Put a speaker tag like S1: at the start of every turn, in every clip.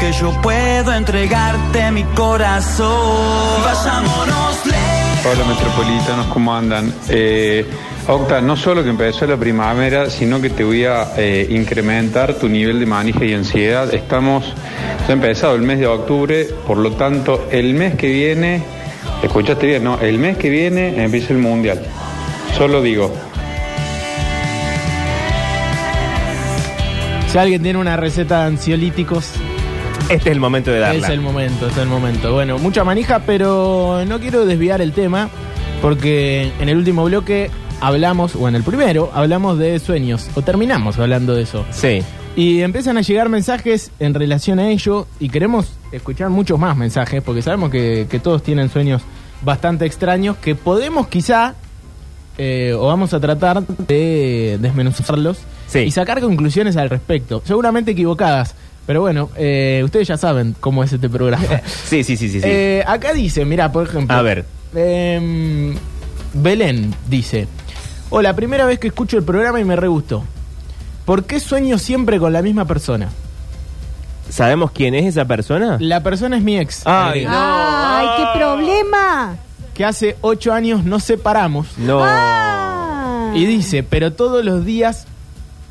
S1: que yo puedo entregarte mi corazón. Vayámonos lejos.
S2: Hola metropolitanos, ¿cómo andan? Eh, Octa, no solo que empezó la primavera, sino que te voy a eh, incrementar tu nivel de manija y ansiedad. Estamos, ya ha empezado el mes de octubre, por lo tanto, el mes que viene, escuchaste bien, ¿no? El mes que viene empieza el mundial. Solo digo.
S3: Si alguien tiene una receta de ansiolíticos,
S4: Este es el momento de darla.
S3: es el momento, es el momento. Bueno, mucha manija, pero no quiero desviar el tema porque en el último bloque hablamos, o en el primero, hablamos de sueños, o terminamos hablando de eso.
S4: Sí.
S3: Y empiezan a llegar mensajes en relación a ello y queremos escuchar muchos más mensajes porque sabemos que, que todos tienen sueños bastante extraños que podemos quizá eh, o vamos a tratar de desmenuzarlos
S4: Sí.
S3: y sacar conclusiones al respecto, seguramente equivocadas, pero bueno, eh, ustedes ya saben cómo es este programa.
S4: Sí, sí, sí, sí. sí.
S3: Eh, acá dice, mira, por ejemplo.
S4: A ver.
S3: Em, Belén dice: Hola, primera vez que escucho el programa y me re gustó. ¿Por qué sueño siempre con la misma persona?
S4: ¿Sabemos quién es esa persona?
S3: La persona es mi ex.
S4: Ay,
S3: agrega,
S4: No. Ah.
S5: ¡Ay, qué problema!
S3: Que hace ocho años nos separamos.
S4: No.
S5: Ah.
S3: Y dice: Pero todos los días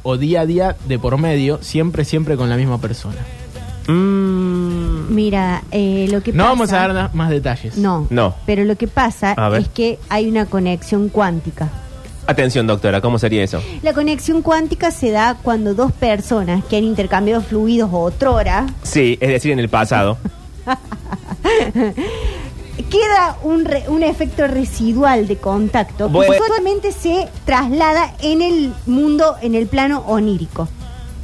S3: o día a día de por medio, siempre, siempre con la misma persona.
S4: Mm,
S5: Mira, eh, lo que
S3: No
S5: pasa...
S3: vamos a dar na- más detalles.
S5: No,
S4: No.
S5: Pero lo que pasa
S4: A ver.
S5: es que hay una conexión cuántica.
S4: Atención, doctora, ¿cómo sería eso?
S5: La conexión cuántica se da cuando dos personas que han intercambiado fluidos o otrora
S4: Sí, es decir, en el pasado.
S5: queda un, re- un efecto residual de contacto
S4: Bueno.
S5: que solamente se traslada en el mundo, en el plano onírico.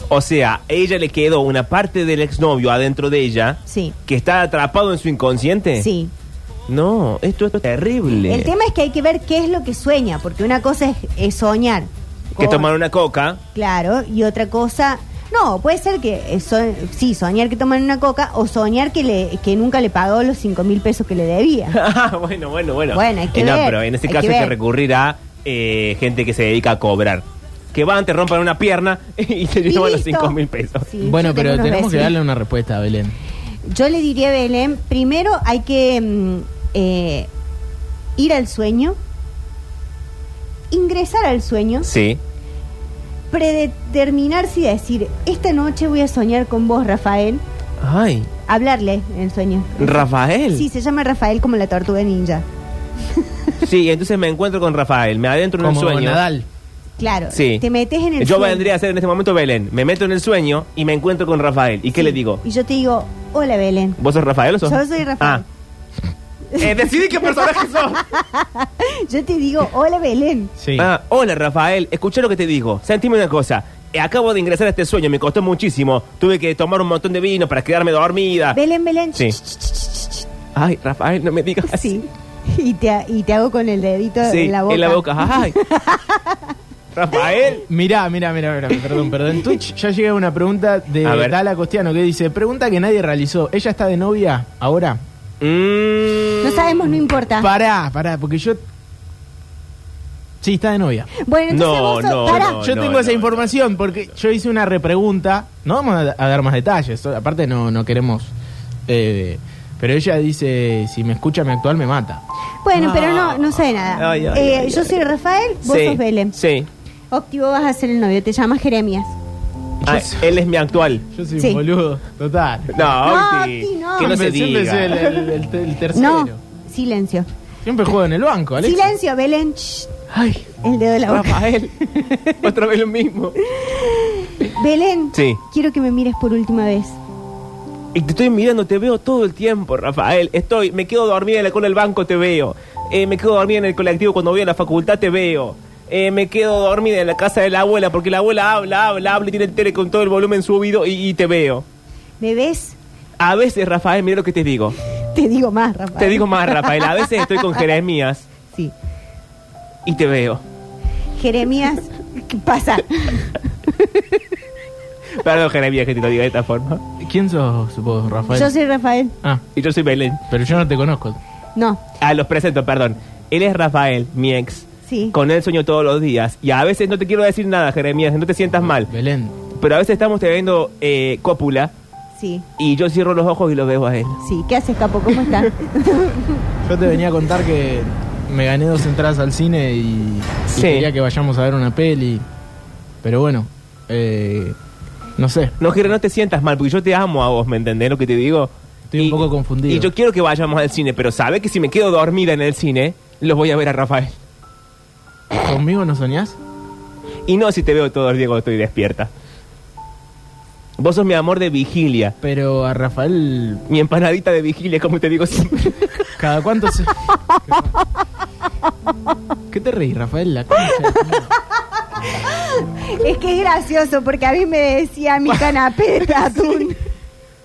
S4: O sea, ella le quedó una parte del exnovio adentro de ella
S5: Sí.
S4: que está atrapado en su inconsciente.
S5: Sí.
S4: No, esto es terrible.
S5: El tema es que hay que ver qué es lo que sueña, porque una cosa es, es soñar.
S4: Que
S5: con-
S4: tomar una coca.
S5: Claro, y otra cosa... No, puede ser que eh, so- sí, soñar que toman una coca o soñar que, le, que nunca le pagó los cinco mil pesos que le debía.
S4: bueno, bueno, bueno.
S5: Bueno, hay que
S4: Eh, no,
S5: ver,
S4: pero en este
S5: hay
S4: caso
S5: que
S4: hay que
S5: ver.
S4: recurrir a eh, gente que se dedica a cobrar. Que van, te rompan una pierna y te
S5: Y
S4: llevan los
S5: listo.
S4: 5 mil pesos.
S5: Sí,
S3: Bueno,
S5: yo
S3: pero
S5: tengo unos
S3: tenemos que
S5: vecinos.
S3: darle una respuesta a Belén.
S5: Yo le diría a Belén, primero hay que mm, eh, ir al sueño, ingresar al sueño,
S4: Sí.
S5: predeterminarse y decir, esta noche voy a soñar con vos, Rafael,
S4: Ay,
S5: hablarle en el sueño.
S4: Rafael.
S5: Sí,
S4: Sí,
S5: se llama Rafael como la tortuga ninja.
S4: entonces me encuentro con Rafael, me adentro en
S3: Como
S4: un sueño.
S3: Nadal.
S5: Claro,
S4: Sí.
S5: te metes en el
S4: Yo
S5: sueño.
S4: vendría a ser en este momento Belén. Me meto en el sueño y me encuentro con Rafael. ¿Y qué le digo?
S5: Y yo te digo, hola Belén.
S4: ¿Vos sos Rafael o sos?
S5: Yo soy Rafael.
S4: Ah. Eh, decidí qué personaje sos.
S5: Yo te digo, hola Belén.
S3: Sí.
S4: Ah, hola Rafael, escucha lo que te digo. Sentime una cosa. Eh, Acabo de ingresar a este sueño, me costó muchísimo. Tuve que tomar un montón de vino para quedarme dormida.
S5: Belén, Belén.
S4: Ah. Sí. Ay, Rafael, no me digas así.
S5: Sí. Y te, y te hago con el dedito
S4: Sí,
S5: en la boca.
S4: Ay. Rafael.
S3: Mirá, mirá, mirá, mirá, perdón, perdón. En Twitch ya llega una pregunta de
S4: A ver.
S3: Dala Costiano que dice, pregunta que nadie realizó, ¿ella está de novia ahora?
S4: Mm.
S5: No sabemos, no importa.
S3: Pará, pará, porque yo... Sí, está de novia.
S5: Bueno, entonces
S4: No,
S5: vos sos-
S4: no,
S5: pará.
S4: no.
S3: yo tengo esa
S4: no,
S3: información porque yo hice una repregunta, no vamos a, a dar más detalles, so- aparte no, no queremos... eh, pero ella dice, si me escucha mi actual me mata.
S5: Bueno, pero no, no sé nada.
S4: Ay, ay,
S5: Eh,
S4: ay,
S5: yo
S4: ay.
S5: soy Rafael, vos
S4: Mm. Sí,
S5: sos Belén.
S4: Sí.
S5: Octi, vos vas a ser el novio, te llamas Jeremías.
S4: Ah, él es mi actual.
S3: Yo soy
S5: Sí.
S3: un boludo, total.
S4: No,
S5: No,
S4: Octi,
S5: Octi, no.
S4: Que no
S3: Siempre-
S4: se
S3: siempre soy
S4: diga.
S3: el, el- el- el tercero.
S5: No, silencio.
S3: Siempre juego en el banco, Alex.
S5: Silencio, Belén. Shh,
S3: Ay,
S5: el dedo de la boca.
S4: Rafael. Otra vez lo mismo.
S5: Belén,
S4: Sí.
S5: quiero que me mires por última vez.
S4: Y te estoy mirando, te veo todo el tiempo, Rafael. Estoy, me quedo dormida en la cola del banco, te veo. Eh, me quedo dormida en el colectivo cuando voy a la facultad, te veo. Eh, me quedo dormida en la casa de la abuela porque la abuela habla, habla, habla y tiene el tele con todo el volumen subido y, y te veo.
S5: ¿Me ves?
S4: A veces, Rafael, mira lo que te digo.
S5: Te digo más, Rafael.
S4: Te digo más, Rafael. A veces estoy con Jeremías
S5: Sí.
S4: y te veo.
S5: Jeremías, ¿qué pasa?
S4: Perdón, Jeremías, que te lo diga de esta forma.
S3: ¿quién sos vos, Rafael?
S5: Yo soy Rafael.
S3: Ah,
S4: Y yo soy Belén.
S3: pero yo no te conozco.
S5: No,
S4: Ah, los presento, perdón. Él es Rafael, mi ex.
S5: sí.
S4: Con él sueño todos los días. Y a veces no te quiero decir nada, Jeremías, no te sientas mal.
S3: Belén.
S4: Pero a veces estamos teniendo eh, cópula
S5: Sí,
S4: Y yo cierro los ojos y lo veo a él.
S5: sí. ¿Qué haces, Capo? ¿Cómo estás?
S3: Yo te venía a contar que me gané dos entradas al cine y, y
S4: Sí.
S3: quería que vayamos a ver una peli. Pero bueno, eh, no sé.
S4: No, Jere, no te sientas mal, porque yo te amo a vos, ¿me entendés lo que te digo?
S3: Estoy un poco confundido.
S4: Y yo quiero que vayamos al cine, pero sabe que si me quedo dormida en el cine, los voy a ver a Rafael.
S3: ¿Conmigo no soñás?
S4: Y no si te veo todo el día cuando estoy despierta. Vos sos mi amor de vigilia.
S3: Pero a Rafael,
S4: Mi empanadita de vigilia, como te digo siempre.
S3: ¿cada cuánto se.? ¿Qué te reís, Rafael? La concha de tu madre.
S5: es que es gracioso porque a mí me decía mi canapé de atún.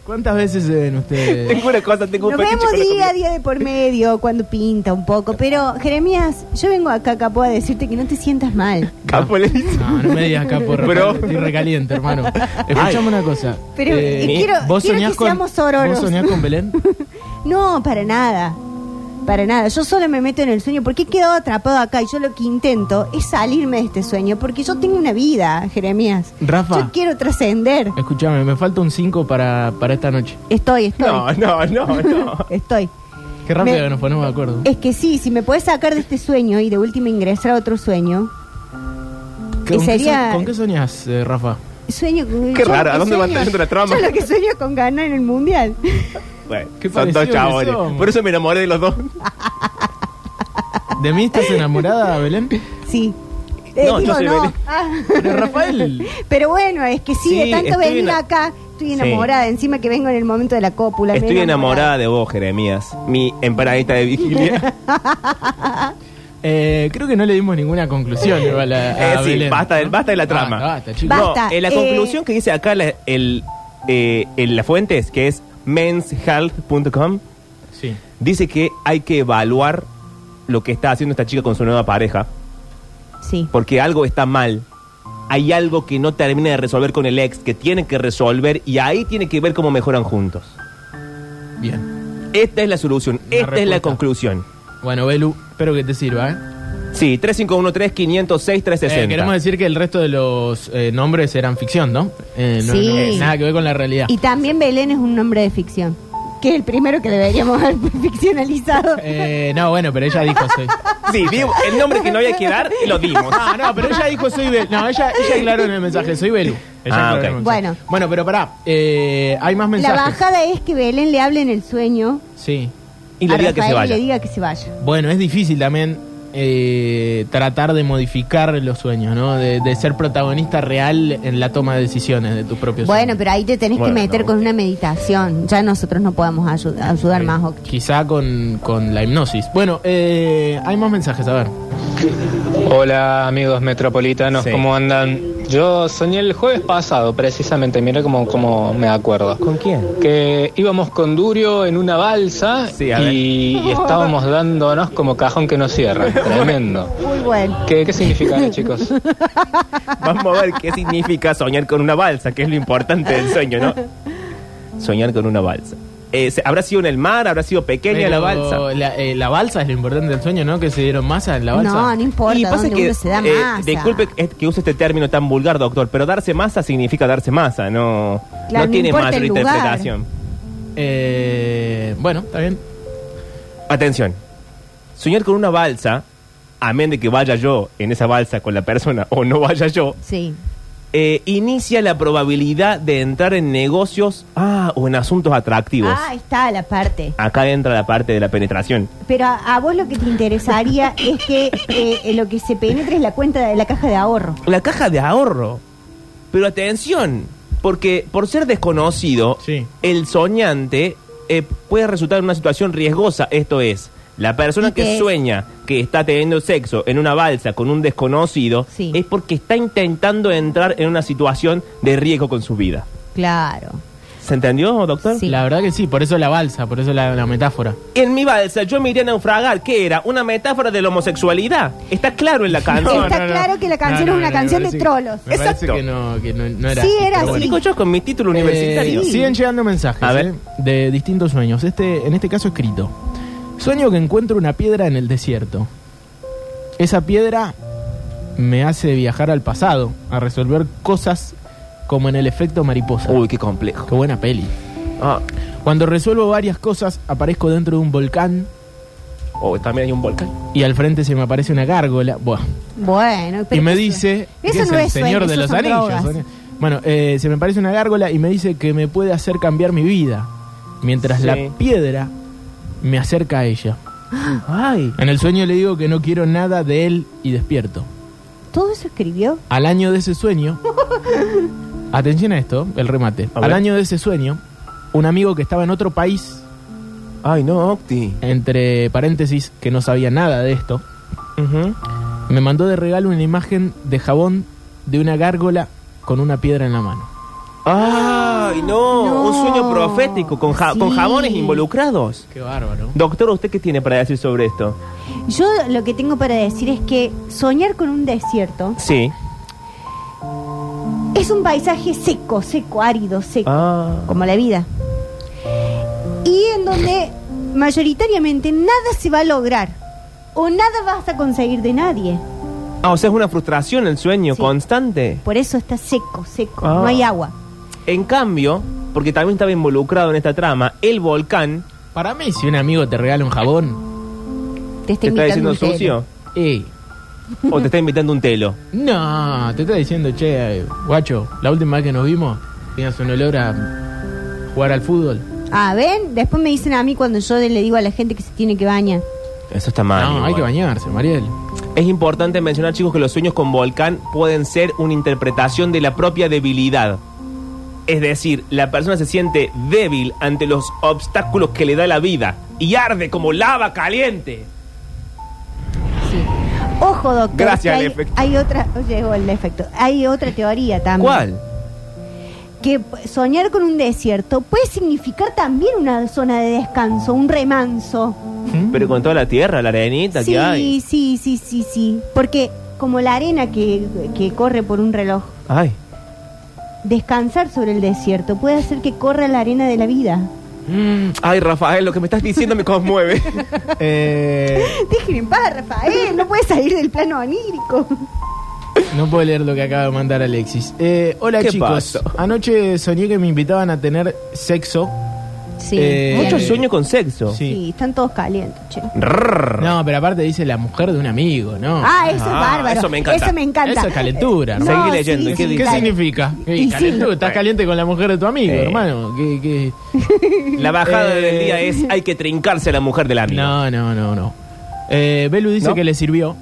S3: ¿Cuántas veces se ven ustedes?
S4: tengo una cosa, tengo
S5: Nos
S4: un fetiche
S5: vemos
S4: con la
S5: día
S4: comida.
S5: a día de por medio, cuando pinta un poco. Pero, Jeremías, yo vengo acá, Capo, a decirte que no te sientas mal.
S4: Capo le dice.
S3: No, no me digas acá por
S4: Bro.
S3: Rafael, estoy recaliente, hermano. Escuchame una cosa.
S5: Pero, eh, quiero- quiero que seamos sororos.
S3: ¿Vos soñás con Belén?
S5: No, para nada. Para nada. Yo solo me meto en el sueño porque he quedado atrapado acá y yo lo que intento es salirme de este sueño porque yo tengo una vida, Jeremías.
S3: Rafa.
S5: Yo quiero trascender.
S3: Escuchame, me falta un 5 para, para esta noche.
S5: Estoy, estoy.
S4: No, no, no, no.
S5: Estoy.
S3: Qué rápido
S5: Me-
S3: que nos ponemos de acuerdo.
S4: Eh,
S5: Es que sí, si me puedes sacar de este sueño y de última ingresar a otro sueño,
S3: ¿Con,
S5: sería-
S3: qué, so- con qué soñás, eh, Rafa?
S5: sueño con.
S4: Qué
S5: yo
S4: raro,
S5: lo
S4: ¿a
S5: que
S4: dónde va
S5: sueño-
S4: trayendo la trama?
S5: Yo lo que sueño es con ganar en el mundial.
S4: Bueno,
S3: Qué
S4: son
S3: parecido
S4: dos
S3: que
S4: chabones.
S3: somos.
S4: Por eso me enamoré de los dos.
S3: ¿De mí estás enamorada, Belén?
S5: Sí. Eh,
S4: No, yo
S5: digo,
S4: soy
S5: no.
S4: Belén.
S5: Ah.
S3: Pero Rafael.
S5: Pero bueno, es que sí,
S4: Sí,
S5: de tanto
S4: estoy
S5: venir
S4: ena-
S5: acá, estoy enamorada. Encima que vengo en el momento de la cópula. me
S4: Estoy
S5: he
S4: enamorada de vos, Jeremías. Mi empanadita de vigilia.
S3: eh, creo que no le dimos ninguna conclusión igual a, a
S4: Eh, sí,
S3: Belén,
S4: basta, del-
S3: ¿no?
S4: basta de la trama.
S3: Basta, basta, chicos.
S5: Basta.
S4: No, eh, la
S5: eh,
S4: conclusión que dice acá la, el, eh, el- la fuente es que es menshealth.com
S3: Sí.
S4: dice que hay que evaluar lo que está haciendo esta chica con su nueva pareja
S5: Sí.
S4: porque algo está mal. Hay algo que no termina de resolver con el ex que tiene que resolver y ahí tiene que ver cómo mejoran juntos.
S3: Bien.
S4: Esta es la solución, esta es la
S3: respuesta.
S4: conclusión.
S3: Bueno, Belu, espero que te sirva, ¿eh?
S4: Sí, 351-3-506-360.
S3: Eh, queremos decir que el resto de los eh, nombres eran ficción, ¿no? Eh, no-
S5: Sí.
S3: no- eh, nada que ver con la realidad.
S5: Y también Belén es un nombre de ficción. Que es el primero que deberíamos haber ficcionalizado.
S3: Eh, no, bueno, pero ella dijo soy.
S4: Sí, digo, el nombre que no había que dar, lo dimos.
S3: Ah, No, no, pero ella dijo soy Belu. No, ella, ella aclaró en el mensaje, soy Belu. Ella aclaró en
S4: Ah,
S3: el
S4: ok.
S3: mensaje.
S5: Bueno.
S3: Bueno, pero pará, eh, hay más
S5: la
S3: mensajes.
S5: bajada es que Belén le hable en el sueño
S3: Sí.
S4: Y le
S5: a
S4: diga que se
S5: Rafael y
S4: vaya.
S5: le diga que se vaya.
S3: Bueno, es difícil también eh, tratar de modificar los sueños, ¿no? De, de ser protagonista real en la toma de decisiones de tus propios
S5: Bueno,
S3: sueños.
S5: pero ahí te tenés
S4: Bueno,
S5: que meter
S4: no.
S5: con una meditación. Ya nosotros no podemos ayu- ayudar más. Oc.
S3: Eh, Quizá con, con la hipnosis. Bueno, eh, hay más mensajes, a ver.
S6: Hola amigos metropolitanos,
S4: Sí.
S6: ¿cómo andan? Yo soñé el jueves pasado, precisamente, mira cómo, cómo me acuerdo.
S4: ¿Con quién?
S6: Que íbamos con Durio en una balsa
S4: Sí, a ver.
S6: y, y estábamos dándonos como cajón que no cierra. Tremendo.
S5: Muy bueno.
S6: ¿Qué, qué significa, eh, chicos?
S4: Vamos a ver qué significa soñar con una balsa, que es lo importante del sueño, ¿no? Soñar con una balsa. Eh, se- ¿Habrá sido en el mar? ¿Habrá sido pequeña la
S3: Pero
S4: balsa?
S3: La, eh, la balsa es lo importante del sueño, ¿no? Que se dieron masa en la balsa.
S5: No, no importa.
S4: Y pasa
S5: dónde
S4: que,
S5: uno se da
S4: eh,
S5: masa.
S4: disculpe que- que use este término tan vulgar, doctor, pero darse masa significa darse masa, no,
S5: Claro, no
S4: no tiene
S5: importa
S4: mayor
S5: el lugar.
S4: interpretación.
S3: Eh, bueno, está bien.
S4: Atención, soñar con una balsa, amén de que vaya yo en esa balsa con la persona o no vaya yo,
S5: Sí.
S4: eh, inicia la probabilidad de entrar en negocios ah, o en asuntos atractivos.
S5: Ah, está la parte.
S4: Acá entra la parte de la penetración.
S5: Pero a, a vos lo que te interesaría es que eh, eh, lo que se penetre es la cuenta de la caja de ahorro.
S4: La caja de ahorro. Pero atención, porque por ser desconocido,
S3: Sí.
S4: el soñante eh, puede resultar en una situación riesgosa. Esto es, la persona
S5: ¿Y qué?
S4: que sueña que está teniendo sexo en una balsa con un desconocido
S5: Sí.
S4: es porque está intentando entrar en una situación de riesgo con su vida.
S5: Claro.
S4: ¿Se entendió, doctor?
S5: Sí.
S3: La verdad que sí, por eso la balsa, por eso la, la metáfora.
S4: En mi balsa yo me iría a naufragar, que era una metáfora de la homosexualidad. Está claro en la canción.
S5: Está claro que la canción es una canción
S3: me parece
S5: de
S3: que-
S5: trolos.
S3: Me parece
S4: Exacto.
S3: que no, que no, no era.
S5: Sí,
S3: así,
S5: era
S3: pero
S4: Lo
S5: así.
S4: digo yo con mi título universitario.
S3: Eh, siguen llegando mensajes
S4: A ver.
S3: ¿eh? de distintos sueños. Este, en este caso escrito. Sueño que encuentro una piedra en el desierto. Esa piedra me hace viajar al pasado a resolver cosas como en el efecto mariposa.
S4: Uy, qué complejo.
S3: Qué buena peli.
S4: Ah,
S3: Cuando resuelvo varias cosas, aparezco dentro de un volcán
S4: oh, también hay un volcán.
S3: y al frente se me aparece una gárgola. Buah.
S5: Bueno, pero
S3: y me
S5: eso-
S3: dice que
S5: Eso
S3: es
S5: no
S3: el
S5: es sueño,
S3: señor de
S5: eso
S3: los
S5: son
S3: anillos.
S5: drogas.
S3: Sonia. Bueno, eh, se me parece una gárgola y me dice que me puede hacer cambiar mi vida, mientras
S4: Sí.
S3: la piedra me acerca a ella.
S4: Ay.
S3: En el sueño le digo que no quiero nada de él y despierto.
S5: Todo eso escribió.
S3: Al año de ese sueño, atención a esto, el remate.
S4: A
S3: Al
S4: ver.
S3: año de ese sueño, un amigo que estaba en otro país,
S4: Ay, no, Octi.
S3: entre paréntesis, que no sabía nada de esto,
S4: Ujú.
S3: me mandó de regalo una imagen de jabón de una gárgola con una piedra en la mano.
S4: Ay, no,
S5: No.
S4: Un sueño profético con, ja- con
S5: Sí.
S4: jabones involucrados.
S3: Qué bárbaro.
S4: Doctor, ¿usted qué tiene para decir sobre esto?
S5: Yo lo que tengo para decir es que soñar con un desierto
S4: Sí.
S5: es un paisaje seco, seco, árido, seco.
S4: Ah.
S5: como la vida. Y en donde mayoritariamente nada se va a lograr o nada vas a conseguir de nadie.
S4: Ah, o sea, es una frustración el sueño
S5: Sí.
S4: constante.
S5: Por eso está seco, seco,
S4: Ah.
S5: no hay agua.
S4: En cambio, porque también estaba involucrado en esta trama, el volcán
S3: Para mí, si un amigo te regala un jabón,
S5: Te está,
S4: te está diciendo
S5: invitando un telo.
S4: sucio
S3: ¡eh!
S4: o te está invitando un telo.
S3: No, te está diciendo, che, eh, guacho, la última vez que nos vimos, tenías un olor a jugar al fútbol.
S5: Ah, ven, después me dicen a mí cuando yo le digo a la gente que se tiene que bañar.
S4: Eso está mal.
S3: no,
S4: igual.
S3: hay que bañarse, Mariel.
S4: Es importante mencionar, chicos, que los sueños con volcán pueden ser una interpretación de la propia debilidad. Es decir, la persona se siente débil ante los obstáculos que le da la vida y arde como lava caliente.
S5: Sí. Ojo, doctor.
S4: Gracias
S5: que
S4: al
S5: hay,
S4: efecto.
S5: hay otra, llegó el efecto. Hay otra teoría también.
S4: ¿Cuál?
S5: Que p- soñar con un desierto puede significar también una zona de descanso, un remanso.
S4: Pero con toda la tierra, la arenita
S5: Sí,
S4: que hay.
S5: sí, sí, sí, sí. Porque como la arena que, que corre por un reloj,
S4: Ay.
S5: descansar sobre el desierto puede hacer que corra la arena de la vida.
S4: Ay, Rafael, lo que me estás diciendo me conmueve.
S3: Eh,
S5: Déjenme en paz, Rafael. No puede salir del plano onírico.
S3: no puedo leer lo que acaba de mandar Alexis. Eh, hola
S4: ¿Qué
S3: chicos,
S4: pasó?
S3: anoche soñé que me invitaban a tener sexo.
S5: Sí.
S3: Eh,
S5: bien.
S4: Mucho
S3: Muchos
S4: sueño con sexo.
S3: Sí.
S5: Sí, están todos calientes, che.
S4: Mm. Rrr.
S3: No, pero aparte dice la mujer de un amigo, ¿no?
S5: Ah, eso es
S4: Ah,
S5: bárbaro.
S4: eso me encanta.
S5: Eso me encanta.
S3: Eso es calentura,
S5: No,
S4: Seguí leyendo,
S5: sí,
S4: ¿y qué
S5: sí,
S4: dice?
S3: ¿Qué
S5: claro.
S3: significa? ¿Qué,
S5: Y sí.
S3: calentura, estás caliente con la mujer de tu amigo,
S4: Eh.
S3: hermano. ¿Qué, qué?
S4: La bajada
S3: Eh.
S4: del día es hay que trincarse a la mujer del amigo.
S3: No, no, no, no. Eh, Belu dice
S4: ¿No?
S3: que le sirvió,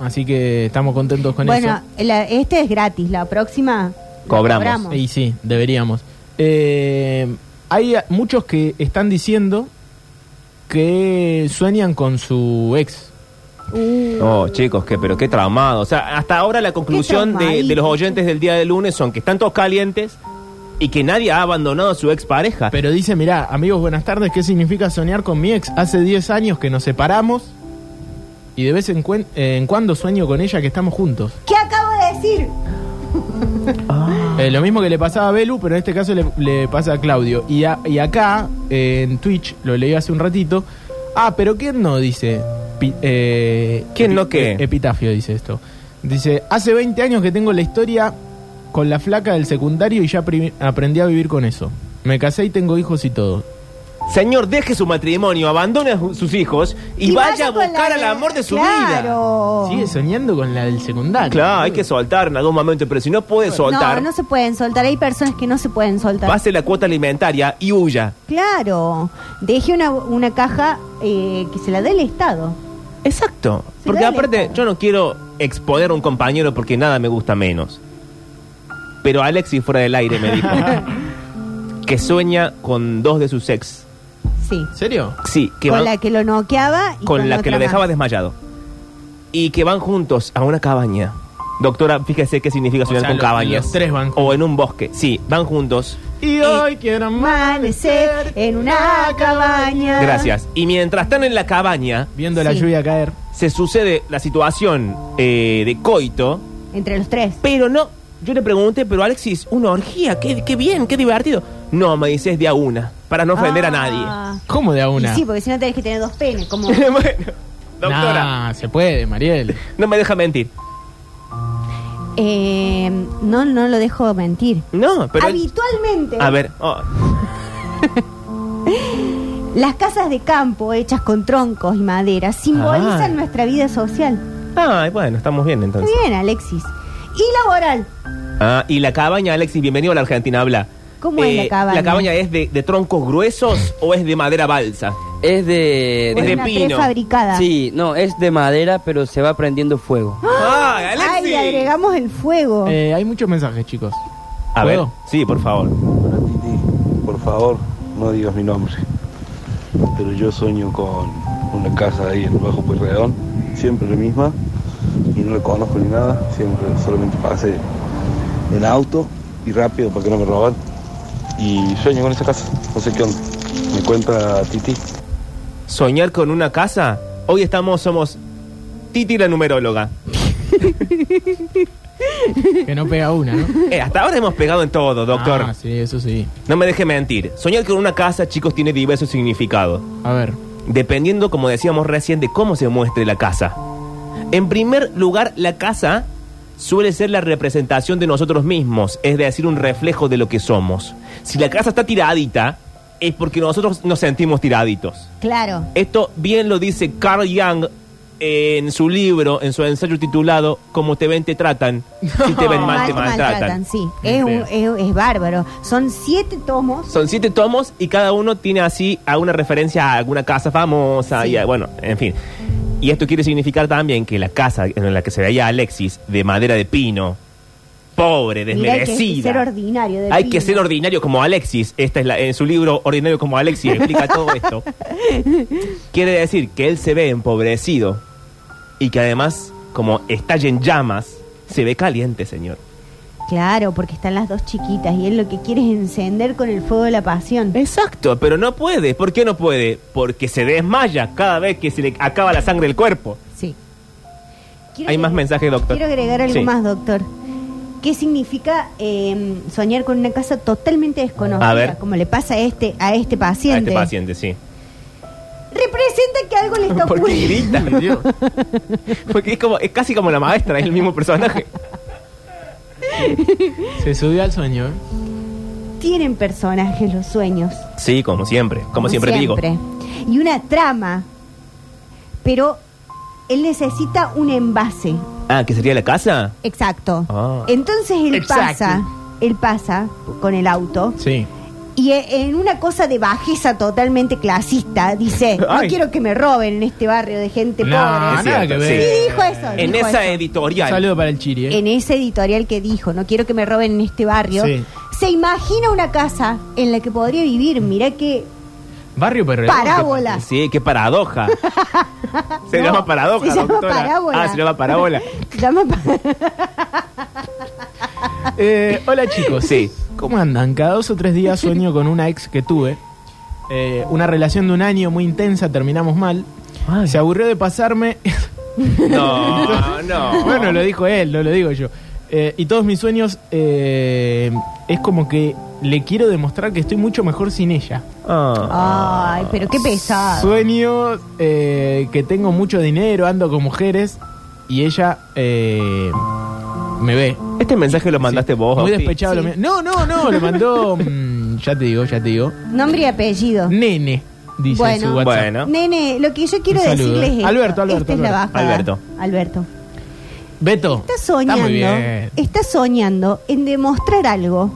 S3: así que estamos contentos con eso.
S5: Bueno, la- este es gratis. La próxima la
S4: Cobramos.
S3: Y sí, deberíamos. Eh, hay a- muchos que están diciendo que sueñan con su ex.
S5: Uh,
S4: Oh, chicos, qué, pero qué traumado. O sea, hasta ahora la conclusión de,
S5: traumadito.
S4: de los oyentes del día de lunes son que están todos calientes y que nadie ha abandonado a su expareja.
S3: Pero dice, mirá, amigos, buenas tardes, ¿qué significa soñar con mi ex? Hace 10 años que nos separamos y de vez en, cuen- eh, en cuando sueño con ella que estamos juntos.
S5: ¿Qué acabo de decir?
S3: Eh, lo mismo que le pasaba a Belu, pero en este caso le, le pasa a Claudio. Y, a- y acá, eh, en Twitch, lo leí hace un ratito. Ah, pero ¿quién no? Dice. Pi- eh,
S4: ¿Quién no
S3: epi-
S4: qué?
S3: eh, Epitafio dice esto. Dice: Hace 20 años que tengo la historia con la flaca del secundario y ya pri- aprendí a vivir con eso. Me casé y tengo hijos y todo.
S4: Señor, deje su matrimonio, abandone a ju- sus hijos y, vaya a
S5: con
S4: buscar
S5: la-
S4: al amor de su vida.
S5: Claro.
S3: Sigue soñando con la del secundario.
S4: Claro, hay que soltar en algún momento, pero si no puede soltar,
S5: No, no se pueden soltar. Hay personas que no se pueden soltar.
S4: pase la cuota alimentaria y huya.
S5: Claro. Deje una, una caja eh, que se la dé el Estado.
S4: Exacto.
S5: Sí,
S4: Porque
S5: dale.
S4: aparte, yo no quiero exponer a un compañero porque nada me gusta menos. Pero Alexis fuera del aire me dijo que sueña con dos de sus ex.
S5: Sí.
S3: ¿En serio?
S4: Sí, que
S5: con
S4: van
S5: la que lo noqueaba y
S4: con, la
S5: otra
S4: que lo
S5: más.
S4: dejaba desmayado. Y que van juntos a una cabaña. Doctora, fíjese qué significa
S3: O
S4: soñar
S3: sea,
S4: con
S3: lo-
S4: cabañas.
S3: los tres van
S4: O en un bosque. Sí, van juntos.
S3: Y hoy quiero
S5: Amanecer en una cabaña.
S4: Gracias. Y mientras están en la cabaña,
S3: Viendo la
S5: Sí.
S3: lluvia caer.
S4: se sucede la situación eh, de coito.
S5: Entre los tres.
S4: Pero no, yo le pregunté, pero Alexis, una orgía, qué, qué bien, qué divertido. No, me dice es de a una, para no ofender a nadie.
S5: Ah.
S3: ¿Cómo de a una?
S5: Y sí, porque si no tenés que tener dos penes. Como...
S4: bueno, doctora,
S3: Nah, se puede, Mariel.
S4: no me deja mentir.
S5: Eh, no, no lo dejo mentir.
S4: No, pero...
S5: Habitualmente.
S4: A ver, oh,
S5: Las casas de campo hechas con troncos y madera simbolizan
S4: Ah.
S5: nuestra vida social.
S4: Ay, bueno, estamos bien
S5: Muy
S4: entonces.
S5: bien, Alexis. Y laboral.
S4: Ah, y la cabaña, Alexis, bienvenido a la Argentina, habla. Eh,
S5: ¿Cómo es la cabaña?
S4: ¿La cabaña es de, de troncos gruesos o es de madera balsa?
S7: Es Eh, de...
S5: Es
S4: de
S5: una
S4: pino.
S5: prefabricada.
S7: Sí, no, es de madera, pero se va prendiendo fuego.
S4: ¡Ah,
S5: Ay, le agregamos el fuego.
S3: Eh, hay muchos mensajes, chicos.
S4: A ver,
S3: ¿Puedo?
S4: sí, por favor.
S8: Titi, por favor, no digas mi nombre. Pero yo sueño con una casa ahí en Bajo Pueyrredón, siempre la misma, y no la conozco ni nada, siempre solamente pasé en auto y rápido para que no me roban. Y sueño con esa casa, no sé qué onda. Me cuenta Titi.
S4: ¿Soñar con una casa? Hoy estamos, somos Titi la numeróloga.
S3: Que no pega una, ¿no?
S4: Eh, hasta ahora hemos pegado en todo, doctor.
S3: Ah, sí, eso sí.
S4: No me deje mentir. Soñar con una casa, chicos, tiene diversos significados.
S3: A ver.
S4: dependiendo, como decíamos recién, de cómo se muestre la casa. En primer lugar, la casa suele ser la representación de nosotros mismos, es decir, un reflejo de lo que somos. Si la casa está tiradita, es porque nosotros nos sentimos tiraditos.
S5: Claro.
S4: Esto bien lo dice Carl Jung eh, en su libro, en su ensayo titulado Como te ven, te tratan. Si te ven mal, te maltratan.
S5: sí. Es, un- es- es bárbaro. Son siete tomos.
S4: Son siete tomos y cada uno tiene así alguna referencia a alguna casa famosa y a- bueno, en fin. Y esto quiere significar también que la casa en la que se veía Alexis, de madera de pino, pobre,
S5: Mirá, hay que ser
S4: desmerecida.
S5: ordinario. de
S4: Hay
S5: pino.
S4: que ser ordinario como Alexis. Esta es la, en su libro Ordinario como Alexis explica todo esto. Quiere decir que él se ve empobrecido y que además, como estalla en llamas, se ve caliente, señor.
S5: Claro, porque están las dos chiquitas y él lo que quiere es encender con el fuego de la pasión.
S4: Exacto, pero no puede. ¿Por qué no puede? Porque se desmaya cada vez que se le acaba la sangre del cuerpo.
S5: Sí. Quiero
S4: Hay más
S5: agregar-
S4: mensajes, doctor.
S5: Quiero agregar algo
S4: Sí.
S5: más, doctor. ¿Qué significa eh, soñar con una casa totalmente desconocida?
S4: A ver.
S5: Como le pasa a este, a este
S4: A
S5: paciente.
S4: este paciente, sí.
S5: Representa que algo le está
S4: ¿Por qué
S5: ocurriendo.
S4: grita? Porque es, como, es casi como la maestra, es el mismo personaje.
S3: Se subió al sueño. ¿eh?
S5: Tienen personajes los sueños.
S4: Sí, como siempre, como, siempre, digo.
S5: digo. Y una trama. Pero él necesita un envase.
S4: Ah, ¿que sería la casa?
S5: Exacto.
S4: Ah.
S5: Entonces él
S3: Exacto.
S5: pasa, él pasa con el auto
S3: Sí.
S5: y e- en una cosa de bajeza totalmente clasista dice, no
S4: Ay.
S5: quiero que me roben en este barrio de gente
S3: No,
S5: pobre.
S3: nada
S4: cierto,
S3: que
S4: sí.
S3: ver.
S5: Sí, dijo eso.
S4: En
S5: dijo
S4: esa
S5: eso.
S3: Un
S4: editorial.
S3: saludo para el Chiri, ¿eh?
S5: en ese editorial que dijo, no quiero que me roben en este barrio.
S3: Sí.
S5: Se imagina una casa en la que podría vivir, mirá que
S3: Barrio Perredón.
S5: parábola.
S4: Sí, qué paradoja. se
S5: No,
S4: llama paradoja,
S5: se llama
S4: doctora.
S5: parábola.
S4: Ah, se llama parábola.
S5: Se llama pa-
S3: Eh, hola chicos.
S4: Sí.
S3: ¿Cómo andan? Cada dos o tres días sueño con una ex que tuve. Eh, una relación de un año muy intensa, terminamos mal. Se aburrió de pasarme.
S4: No, no.
S3: bueno, lo dijo él, no lo digo yo. Eh, y todos mis sueños eh, es como que le quiero demostrar que estoy mucho mejor sin ella.
S4: Ah.
S5: Ay, pero qué pesado.
S3: Sueño eh, que tengo mucho dinero, ando con mujeres y ella eh, me ve.
S4: Este mensaje lo mandaste
S3: Sí.
S4: vos,
S3: Muy
S4: Opi.
S3: despechado. lo mío. No, no, no, lo mandó. mm, ya te digo, ya te digo.
S5: Nombre y apellido.
S3: Nene, dice
S5: Bueno.
S3: su WhatsApp.
S4: Bueno. ¿no?
S5: Nene, lo que yo quiero
S3: Un saludo.
S5: decirles es.
S3: Alberto, Alberto,
S5: Esta es la
S3: Alberto.
S5: bajada.
S4: Alberto.
S5: Alberto.
S3: Beto.
S5: Está soñando.
S3: muy bien.
S5: está soñando en demostrar algo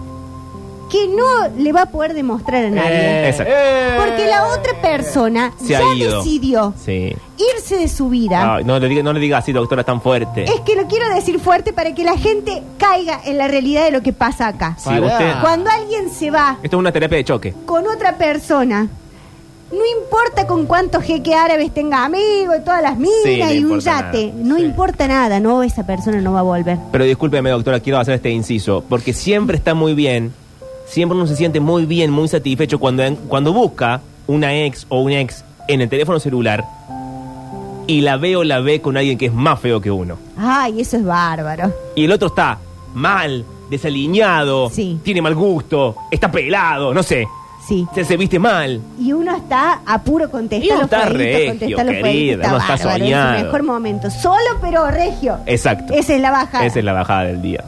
S5: que no le va a poder demostrar a nadie.
S3: Eh,
S4: Esa.
S5: porque la otra persona
S4: Eh. Se
S5: ya
S4: ha ido. Ah,
S5: decidió
S4: Sí.
S5: irse de su vida.
S4: Ay, no, le diga, no le diga así, doctora, tan fuerte.
S5: Es que lo quiero decir fuerte para que la gente caiga en la realidad de lo que pasa acá.
S4: Sí, usted-
S5: Cuando alguien se va
S4: Esto es una terapia de choque.
S5: con otra persona. No importa con cuántos jeques árabes tenga amigos, y todas las minas
S4: Sí, no
S5: y un
S4: importa
S5: yate.
S4: nada.
S5: No importa nada, no, esa persona no va a volver.
S4: Pero discúlpeme, doctora, quiero hacer este inciso. Porque siempre está muy bien, siempre uno se siente muy bien, muy satisfecho cuando, en- cuando busca una ex o un ex en el teléfono celular y la ve o la ve con alguien que es más feo que uno.
S5: Ay, eso es bárbaro.
S4: Y el otro está mal, desaliñado,
S5: Sí.
S4: tiene mal gusto, está pelado, no sé,
S5: Sí.
S4: se, se viste mal.
S5: Y uno está a puro
S4: Y
S5: contestar
S4: uno
S5: los
S4: está
S5: fueguitos,
S4: regio,
S5: contestar los
S4: querida,
S5: fueguitos,
S4: uno está
S5: bárbaro, Es
S4: soñado.
S5: su mejor momento. Solo pero regio.
S4: Exacto.
S5: Esa es la bajada.
S4: Esa es la bajada del día.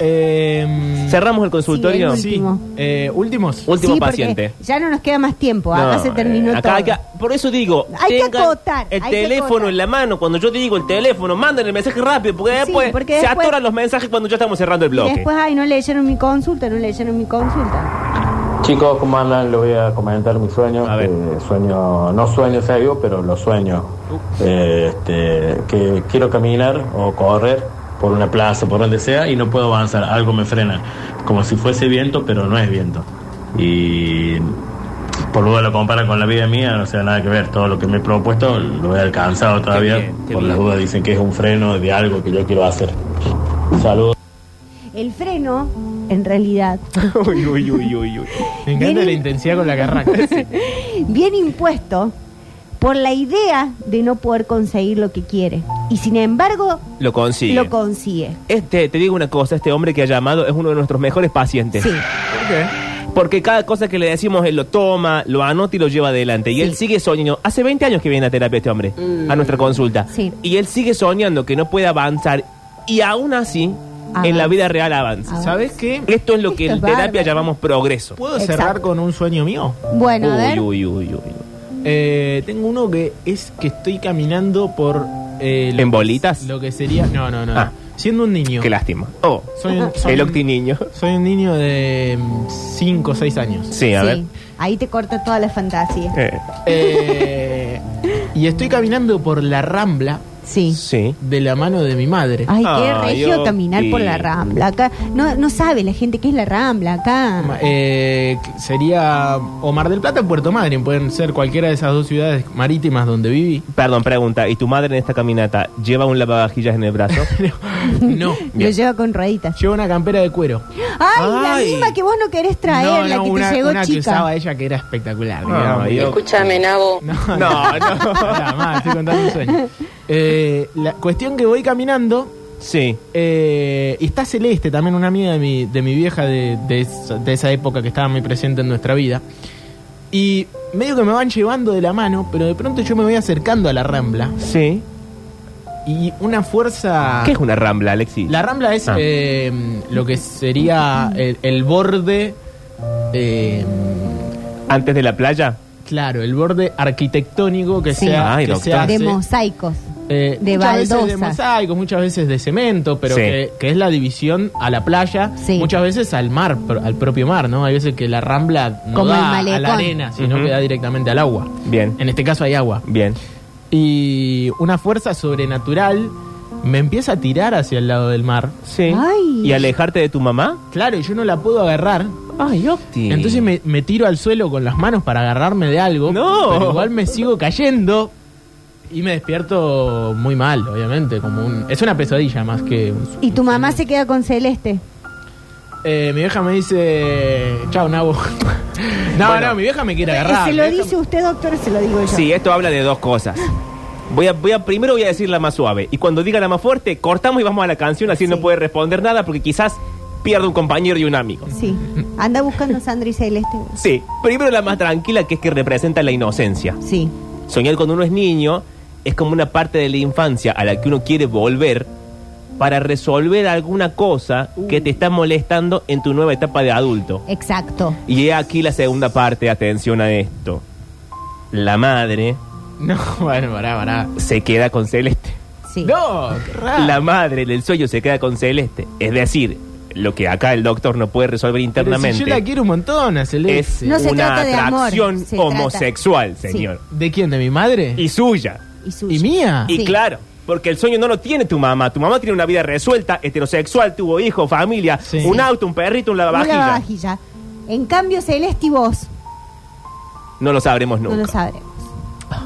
S3: Em,
S4: Cerramos el consultorio.
S5: Sí,
S3: Sí.
S5: Último.
S3: Eh, últimos.
S4: Último
S5: Sí, porque
S4: paciente.
S5: Ya no nos queda más tiempo.
S4: No,
S5: acá se terminó
S4: eh, acá hay
S5: todo.
S4: que- por eso digo,
S5: Hay que
S4: tengan
S5: acotar,
S4: el
S5: hay que
S4: teléfono
S5: acotar.
S4: en la mano. Cuando yo te digo el teléfono, manden el mensaje rápido, porque
S5: Sí,
S4: después
S5: porque
S4: se
S5: después-
S4: atoran los mensajes cuando ya estamos cerrando el
S5: Y
S4: bloque.
S5: después, ay, no leyeron mi consulta, no leyeron mi consulta.
S9: Chicos, ¿cómo andan? Les voy a comentar mis sueños.
S4: A ver.
S9: Eh, sueño, no sueño serio, pero los sueños.
S4: Uh.
S9: Eh, este, que quiero caminar o correr por una plaza, por donde sea, y no puedo avanzar. Algo me frena. Como si fuese viento, pero no es viento. Y por luego lo compara con la vida mía, no sea nada que ver. Todo lo que me he propuesto lo he alcanzado todavía.
S4: bien, qué
S9: por
S4: bien.
S9: las dudas dicen que es un freno de algo que yo quiero hacer. Saludos.
S5: El freno, en realidad,
S4: uy, uy, uy, uy, uy.
S3: Me encanta
S5: Vienen-
S3: la intensidad con la que arranca.
S5: viene impuesto por la idea de no poder conseguir lo que quiere. Y sin embargo,
S4: Lo consigue.
S5: lo consigue.
S4: este, te digo una cosa, este hombre que ha llamado es uno de nuestros mejores pacientes.
S5: Sí.
S4: Porque cada cosa que le decimos, él lo toma, lo anota y lo lleva adelante. Y él sigue soñando. Hace 20 años que viene a terapia este hombre, a nuestra consulta.
S5: Mm. Sí.
S4: Y él sigue soñando que no puede avanzar. Y aún así,
S5: Avanza.
S4: en la vida real avanza.
S5: Avanza.
S3: ¿Sabes qué?
S4: Esto es lo que
S5: Esto es
S4: en terapia
S5: bárbaro.
S4: llamamos progreso.
S3: ¿Puedo
S5: Exacto.
S3: cerrar con un sueño mío?
S5: Bueno, a ver.
S4: Uy, uy, uy, uy.
S3: Eh, tengo uno que es que estoy caminando por. eh, lo
S4: ¿En
S3: que-
S4: bolitas?
S3: Lo que sería. No, no, no.
S4: Ah.
S3: Siendo un niño.
S4: Qué lástima. Oh,
S3: Soy un- soy
S4: el
S3: un-
S4: octiniño.
S3: Soy un niño de 5 o 6 años.
S4: Sí, a
S5: Sí.
S4: ver.
S5: Ahí te corta toda la fantasía.
S4: Eh,
S3: Eh, y estoy caminando por la rambla
S5: Sí.
S4: sí.
S3: de la mano de mi madre.
S5: Ay, qué
S4: Ay,
S5: regio
S4: Octi.
S5: caminar por la Rambla. Acá no, no sabe la gente qué es la Rambla acá.
S3: Eh, que sería o Mar del Plata o Puerto Madryn. Pueden ser cualquiera de esas dos ciudades marítimas donde viví.
S4: Perdón, pregunta. ¿Y tu madre en esta caminata lleva un lavavajillas en el brazo?
S3: No.
S5: Lo lleva con rueditas.
S3: Llevo una campera de cuero.
S5: Ay,
S4: Ay.
S5: la misma que vos no querés traer,
S3: No,
S5: la
S3: no,
S5: que
S3: una,
S5: te llegó
S3: una que usaba
S5: chica.
S3: ella que era espectacular. que era
S4: Ay,
S3: Ah, muy-
S4: Dios.
S10: Escúchame, Nabo.
S3: No,
S4: No, no.
S3: Pará, ma, estoy contando un sueño. Eh, la cuestión que voy caminando,
S4: Sí.
S3: eh, y está Celeste, también una amiga de mi, de mi vieja de, de esa, de esa época que estaba muy presente en nuestra vida. Y medio que me van llevando de la mano, pero de pronto yo me voy acercando a la rambla.
S4: Sí.
S3: Y una fuerza...
S4: ¿Qué es una rambla, Alexi?
S3: La rambla es
S4: Ah.
S3: eh, lo que sería el, el borde... eh,
S4: ¿Antes de la playa?
S3: Claro, el borde arquitectónico que
S5: Sí.
S3: sea,
S4: Ay,
S3: que
S4: doctor.
S3: se hace.
S5: De mosaicos.
S3: Eh,
S5: De
S3: muchas veces de
S5: baldosas.
S3: mosaicos, muchas veces de cemento, pero
S4: Sí.
S3: que, que es la división a la playa,
S5: Sí.
S3: muchas veces al mar, pro- al propio mar, ¿no? Hay veces que la rambla no
S5: Como el
S3: da a
S5: malecón.
S3: la arena, sino
S4: Ujú.
S3: que da directamente al agua.
S4: Bien.
S3: En este caso hay agua.
S4: Bien.
S3: Y una fuerza sobrenatural me empieza a tirar hacia el lado del mar.
S4: Sí.
S5: Ay.
S4: ¿Y alejarte de tu mamá?
S3: Claro, y yo no la puedo agarrar.
S4: Ay, Octi.
S3: Entonces me, me tiro al suelo con las manos para agarrarme de algo.
S4: No.
S3: Pero igual me sigo cayendo. Y me despierto muy mal, obviamente. como un, Es una pesadilla más que un su-
S5: Y tu mamá se queda con Celeste.
S3: Eh, mi vieja me dice. Chao, Nabo. no, no, mi vieja me quiere agarrar.
S5: se
S3: mi
S5: lo
S3: vieja-
S5: dice usted, doctor, se lo digo yo.
S4: Sí, esto habla de dos cosas. Voy a, voy a, primero voy a decir la más suave. Y cuando diga la más fuerte, cortamos y vamos a la canción. Así no puede responder nada porque quizás pierda un compañero y un amigo.
S5: Sí. Anda buscando a Sandra y Celeste.
S4: Sí, primero la más tranquila que es que representa la inocencia.
S5: Sí.
S4: Soñar cuando uno es niño es como una parte de la infancia a la que uno quiere volver para resolver alguna cosa que te está molestando en tu nueva etapa de adulto.
S5: Exacto.
S4: Y he aquí la segunda parte, atención a esto. La madre
S3: No, bueno, pará, pará.
S4: se queda con Celeste.
S5: Sí.
S3: No, qué
S5: Ah.
S3: raro.
S4: La madre del sueño se queda con Celeste. Es decir, lo que acá el doctor no puede resolver
S3: Pero si
S4: internamente
S3: yo la quiero un montón, a Celeste.
S4: es
S5: No se
S4: una
S5: trata de amor,
S4: atracción
S5: se trata.
S4: homosexual,
S5: Sí.
S4: señor.
S3: ¿De quién? ¿De mi madre?
S4: Y suya.
S5: Y, suya.
S3: ¿Y mía?
S4: Y
S5: Sí.
S4: claro, porque el sueño no lo tiene tu mamá. Tu mamá tiene una vida resuelta, heterosexual, tuvo hijo, familia,
S3: Sí.
S4: un
S3: Sí.
S4: auto, un perrito, un
S5: Una
S4: lavavajilla.
S5: vajilla. En cambio, Celeste y vos
S4: No lo sabremos
S5: no lo
S4: nunca.
S5: sabremos.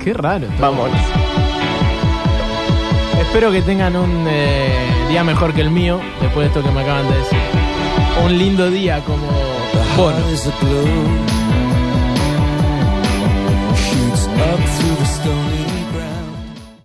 S3: Qué raro. todo.
S4: Vámonos.
S3: Espero que tengan un eh, día mejor que el mío, después de esto que me acaban de decir. Un lindo día como Bono.
S1: Shoots up through the stony